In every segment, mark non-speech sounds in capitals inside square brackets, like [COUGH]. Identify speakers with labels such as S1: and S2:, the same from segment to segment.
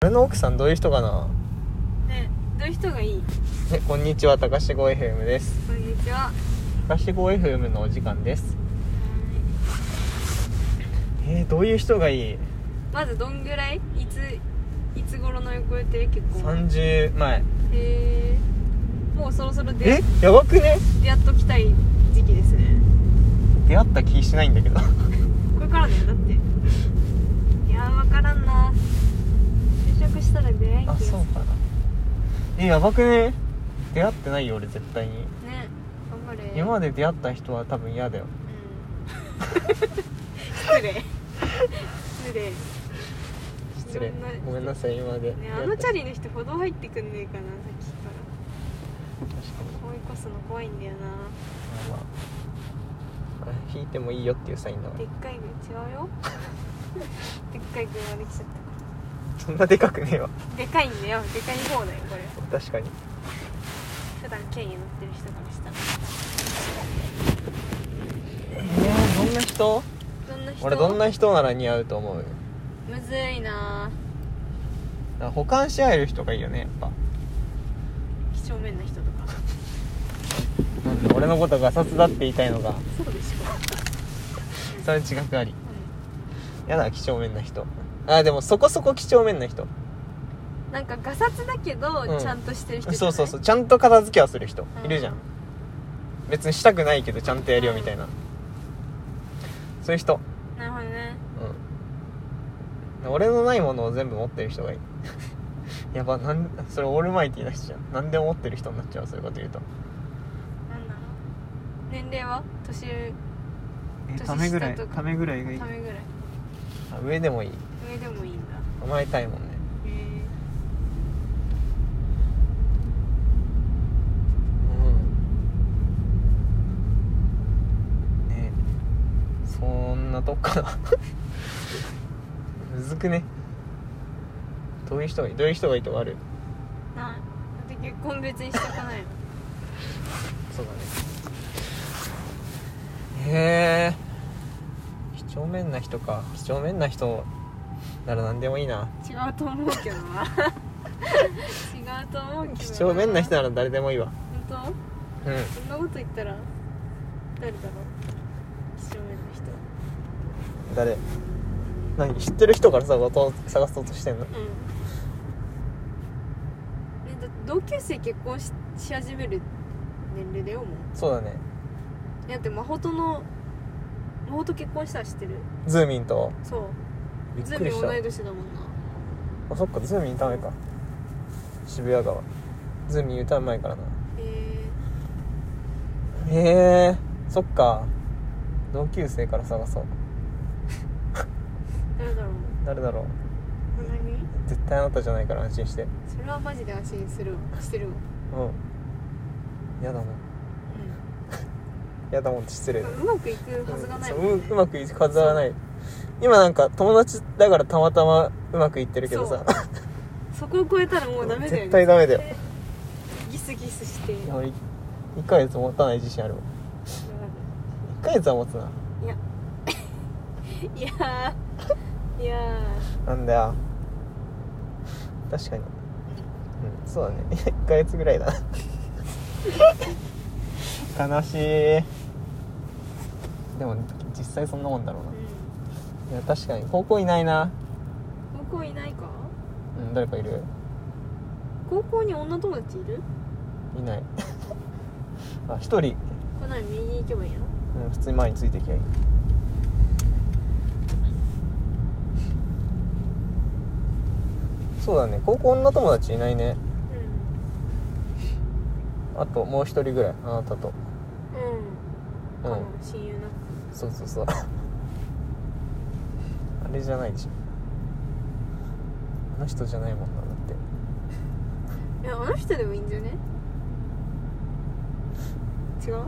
S1: 俺の奥さんどういう人かな
S2: ねどういう人がいい
S1: ねこんにちは高志郷 FM です
S2: こんにちはは
S1: 高志郷 FM のお時間です
S2: ーい
S1: えー、どういう人がいい
S2: まずどんぐらいいついつ頃の横予定結構へ
S1: 30前
S2: えもうそろそろ出
S1: え
S2: 会
S1: やばくね
S2: 出会っときたい時期ですね
S1: 出会った気しないんだけど
S2: これからだよだ
S1: [LAUGHS]
S2: っていやー分からんな就職したら出会い気が
S1: あ
S2: する
S1: そうかなえやばくね出会ってないよ俺絶対に
S2: ね頑張れ
S1: [LAUGHS] 今まで出会った人は多分嫌だよ
S2: 失礼失礼
S1: 失礼
S2: いろんな
S1: ごめんなさい今まで
S2: ねあのチャ
S1: リ
S2: リの人歩道入ってくんねえかなさっきから
S1: 確かに
S2: 追い越すの怖いんだよな
S1: まあまああ引いてもいいよっていうサインだか
S2: でっ
S1: ら
S2: かいの違うよ [LAUGHS] でっかい車できちゃった
S1: そんなでかくねえわ
S2: でかいんだよでかい方だよこれ
S1: 確かに
S2: 普段軽に乗ってる人からしたら
S1: えー、どんな人
S2: どんな人
S1: 俺どんな人なら似合うと思う
S2: むずいな
S1: だから補完し合える人がいいよねやっぱ
S2: 几帳面な人とか
S1: なんで俺のことがガサツだって言いたいのが
S2: そうでしょ、
S1: それ違くあり
S2: う
S1: やだ几帳面な人あでもそこそこ几帳面な人
S2: ん、なんかガサツだけど、
S1: うん
S2: ちゃんとしてる人じゃ
S1: そ
S2: な
S1: う
S2: い
S1: そうそうちゃんと片付けはする人
S2: うん
S1: いるじゃん別にしたくないけどちゃんとやるよみたいなそういう人
S2: なるほどね
S1: うん俺のないものを全部持ってる人がい [LAUGHS] いやばなんそれオールマイティな人じゃん何でも持ってる人になっちゃうそういうこと言うと
S2: なんなの年齢は年上年下とか
S1: メぐらいが
S2: ためぐらい
S1: あ上でもいい
S2: 上でもいいんだ
S1: 生まれたいもんね
S2: へえ
S1: うんねそんなとこか [LAUGHS] なむずくねどういう人がいいどういう人がいいとかある
S2: なだって結婚別にしたくないの
S1: そうだねへえ几帳面な人か几帳面な人なら何でもいいな
S2: 違うと思うけどな [LAUGHS] 違うと思うけどな
S1: 几帳面な人なら誰でもいいわ
S2: 本
S1: うん
S2: 当そんなこと言ったら誰だろう几帳面な人
S1: 誰何知ってる人から探そう探そうとしてんの
S2: うんえだって同級生結婚しし始める年齢だよもう
S1: そうだね
S2: だって真帆との真帆と結婚したら知ってる
S1: ズーミンと
S2: そう
S1: びっ
S2: ズ
S1: く
S2: ミ
S1: りし
S2: 同
S1: た
S2: い年だもんな
S1: あそっかズーミンいた前か渋谷川ズーミン歌う前からな
S2: へえ
S1: へえそっか同級生から探そう
S2: 誰だろう
S1: 誰だろう
S2: 何
S1: 絶対あなたじゃないから安心して
S2: それはマジで安心するわしてるわ
S1: うんやだもん
S2: う
S1: やだもんって失礼だ
S2: んうまくいくはずがない
S1: そ
S2: も
S1: うん
S2: ね
S1: ううまくいくはずはない今なんか友達だからたまたまうまくいってるけどさ
S2: そこを超えたらもうダメだよね
S1: 絶対ダメだよ
S2: ギスギスして
S1: いや俺1ヶ月持たない自信あるもん1ヶ月は持つない
S2: やいやーいや
S1: なんだよ確かにうんそうだね [LAUGHS] 1ヶ月ぐらいだな悲しいでも実際そんなもんだろう
S2: ー
S1: な
S2: う
S1: いや確かに高校いないな、
S2: ん高校いないか
S1: うん、誰かいる
S2: 高校に女友達いる
S1: いない [LAUGHS] あ一人、
S2: これ何右に行けばいいの
S1: うん、普通に前についてきゃいいそうだね高校女友達いないねあともう一人ぐらいあなたと
S2: うんうん、
S1: う
S2: あ
S1: ん
S2: の親友の
S1: そうそうそうあれじゃないでしょあの人じゃないもんなだって
S2: いやあの人でもいいんじゃね違う
S1: わ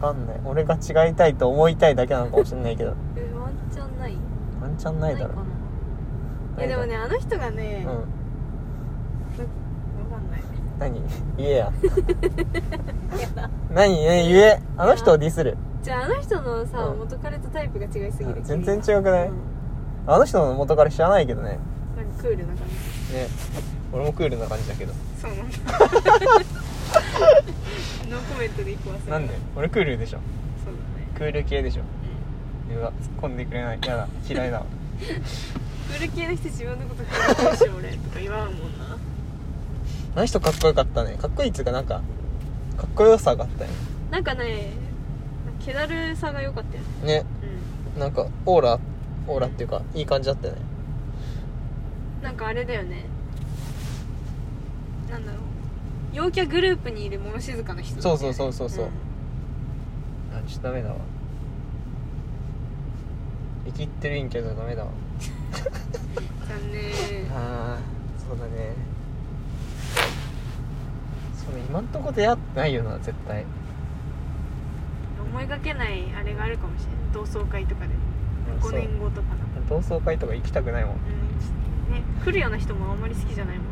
S1: かんない俺が違いたいと思いたいだけなのかもしれないけ
S2: [LAUGHS]
S1: ど
S2: えワンチャンない
S1: ワンチャンないだろ
S2: かないやでもねあの人が
S1: う
S2: ね、
S1: ん
S2: わかんない
S1: 何言え
S2: [LAUGHS]
S1: や
S2: やだ
S1: 何ね言えあの人をディスる
S2: じゃああの人のさ、
S1: うん
S2: 元彼とタイプが違いすぎる
S1: 全然違くない
S2: うん
S1: あの人の元から知らないけどね
S2: マジクールな感じ
S1: ね俺もクールな感じだけど
S2: そうなんだ [LAUGHS] ノーコメントで一個忘れた
S1: なんで俺クールでしょ
S2: そうだね
S1: クール系でしょ
S2: うん
S1: うわ突っ込んでくれないやだ嫌いだわ
S2: クール系の人自分のことクールでしょ俺とか言わんもんな
S1: あの人かっこよかったねかっこいいっつうかなんかかっこよさがあったよ
S2: なんかね気だるさが良かったよね
S1: ね
S2: う
S1: なんかオーラオーラっていうかいい感じだったよね
S2: んなんかあれだよねなんだろう陽キャグループにいる物静かな人だ
S1: そ
S2: よ
S1: う
S2: ね、
S1: そうそうそうそうんあちょっとダメだわ生きってる陰キャじゃダメだわ
S2: 残念
S1: あーそうだねそうね今んとこ出会ってないよな絶対
S2: 思いがけないあれがあるかもしれない同窓会とかで
S1: うんそ
S2: 5
S1: う
S2: 年後とかな
S1: 同窓会とか行きたくないもん
S2: うんね来るような人もあんまり好きじゃないもん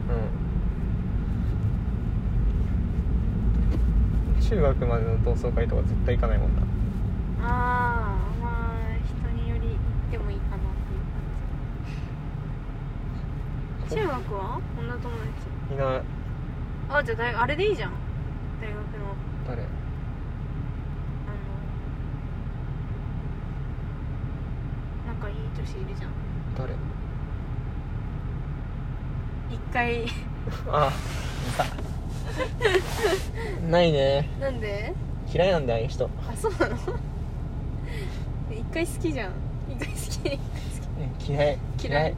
S1: うん中学までの同窓会とか絶対行かないもんな
S2: ああまあ人によりでもいいかなっていう感じ中学は女友達
S1: いない
S2: あじゃあ大あれでいいじゃん大学の
S1: 誰
S2: あの仲いい女子いるじゃん
S1: 誰
S2: 一回
S1: あいたないね
S2: [LAUGHS] なんで
S1: 嫌いなんだよああいう人
S2: あそうなの一回好きじゃん一回好き
S1: うん嫌い
S2: 嫌い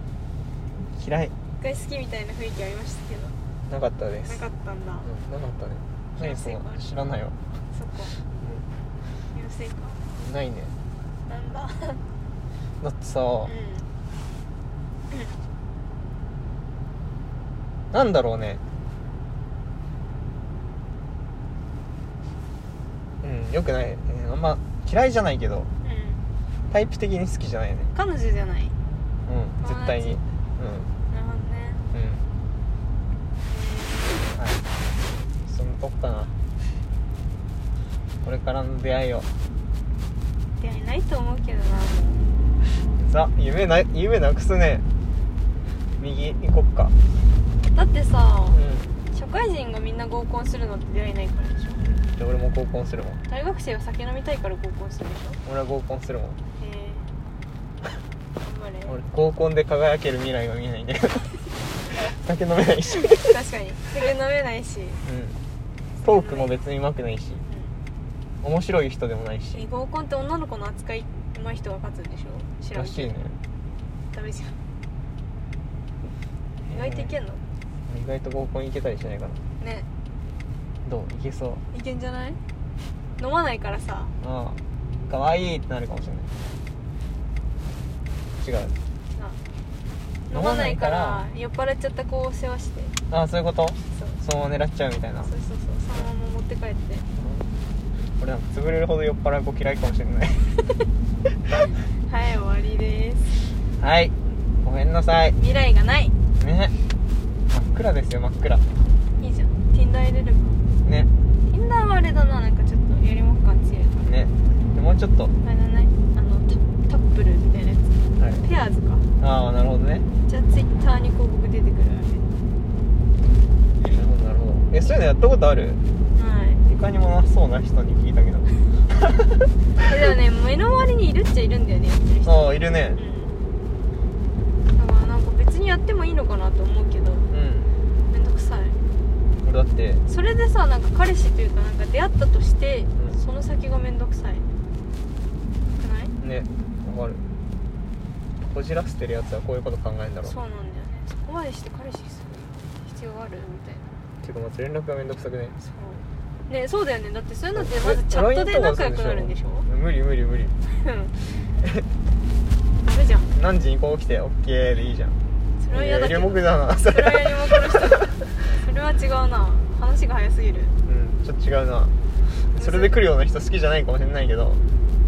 S1: 嫌い
S2: 一回好きみたいな雰囲気ありましたけど
S1: なかったです
S2: なかったんだ
S1: うんなかったね
S2: 気
S1: 何
S2: の
S1: そ
S2: せいか
S1: の知らないよ、
S2: そっか優勢か
S1: うん、ないね
S2: なんだ
S1: だってさ、
S2: う
S1: なんだろうねうんよくない、うんあんま嫌いじゃないけど
S2: んうん
S1: タイプ的に好きじゃないね
S2: 彼女じゃない
S1: うん絶対にうん
S2: なるほどね
S1: うんはいそのとこかなこれからの出会いを
S2: 出会いないと思うけどな
S1: ザ夢な夢なくすね右行こっか
S2: だってさ
S1: うん
S2: 社会人がみんな合コンするのって出会いないからでしょ
S1: で俺も合コンするもん
S2: 大学生は酒飲みたいから合コンするでしょ
S1: 俺は合コンするもん
S2: へえ頑張れ
S1: 俺合コンで輝ける未来が見えないんだよ [LAUGHS] 酒飲めないし
S2: 確かに酒飲めないし
S1: うん、トークも別にうまくないし面白い人でもない
S2: え
S1: し
S2: 合コンって女の子の扱い上手い人が勝つんでしょ知ら
S1: ら
S2: ん
S1: しいね
S2: ダメじゃん意外といけんの
S1: うん意外と合コン行けたりしないかな
S2: ね
S1: どう行けそう
S2: いけんじゃない飲まないからさ
S1: ああかわいいってなるかもしれない違う
S2: な
S1: 飲
S2: 飲ま
S1: ま
S2: な
S1: ないい
S2: か
S1: からら
S2: 酔っ払っちゃった子を世話して
S1: ああそういうこと
S2: そう
S1: そのまま狙っちゃうみたいな
S2: そうそうそうそのまま持って帰って
S1: 俺なんか潰れるほど酔っ払う子嫌いかもしれない
S2: はい終わりです
S1: はいごめんなさい
S2: 未来がない
S1: ね真っ暗ですよ真っ暗
S2: いいじゃん Tinder 入れる
S1: ね
S2: Tinder はあれだななんかちょっとやりもっ感強いか
S1: ねでもうちょっとは
S2: らあれだねあのタタップルみたいなやつ
S1: い
S2: ペアーズか
S1: ああなるほどね
S2: じゃあ Twitter に広告出てくる
S1: なるほどなるほどえそういうのやったことある
S2: あれはい
S1: 他にもなそうな人に聞いたけど
S2: えでもね目の周りにいるっちゃいるんだよねやってる人
S1: [LAUGHS] ああいるね
S2: うんだからなんか別にやってもいいのかなと思うけど
S1: うん
S2: めんどくさい
S1: 俺だって
S2: それでさなんか彼氏というかなんか出会ったとして、
S1: うん
S2: その先がめんどくさいくない
S1: ねわかるこじらせてるやつはこういうこと考えんだろ
S2: そう
S1: う
S2: なんだよねそこまでして彼氏する必要があるみたいな
S1: ていうかまず連絡がめんどくさくね
S2: そうねそうだよねだってそういうのってまずチャットで仲良くなるんでしょ
S1: 無理無理無理
S2: うんダメじゃん
S1: 何時にこう来てオッケーでいいじゃん
S2: それは嫌だけ
S1: いや
S2: ど
S1: 両目だ [LAUGHS] なそ
S2: それ
S1: れ
S2: はやりもくの人だそれは違うな話が早すぎる
S1: うんちょっと違うなそれで来るような人好きじゃないかもしれないけど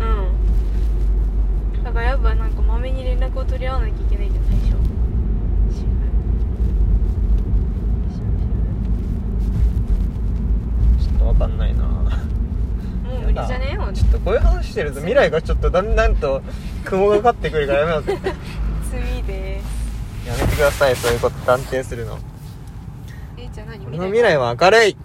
S2: うんだからやっぱなんかまめに連絡を取り合わなきゃいけないじゃないでしょしんどいしんどいしんどい
S1: ちょっとわかんないな
S2: もう無理じゃねえもう
S1: ちょっとこういう話してると未来がちょっとだんだんと雲がかってくるからやめようぜ
S2: 罪です
S1: やめてくださいそういうこと断定するの
S2: えじゃあ何
S1: 俺の未来は明るい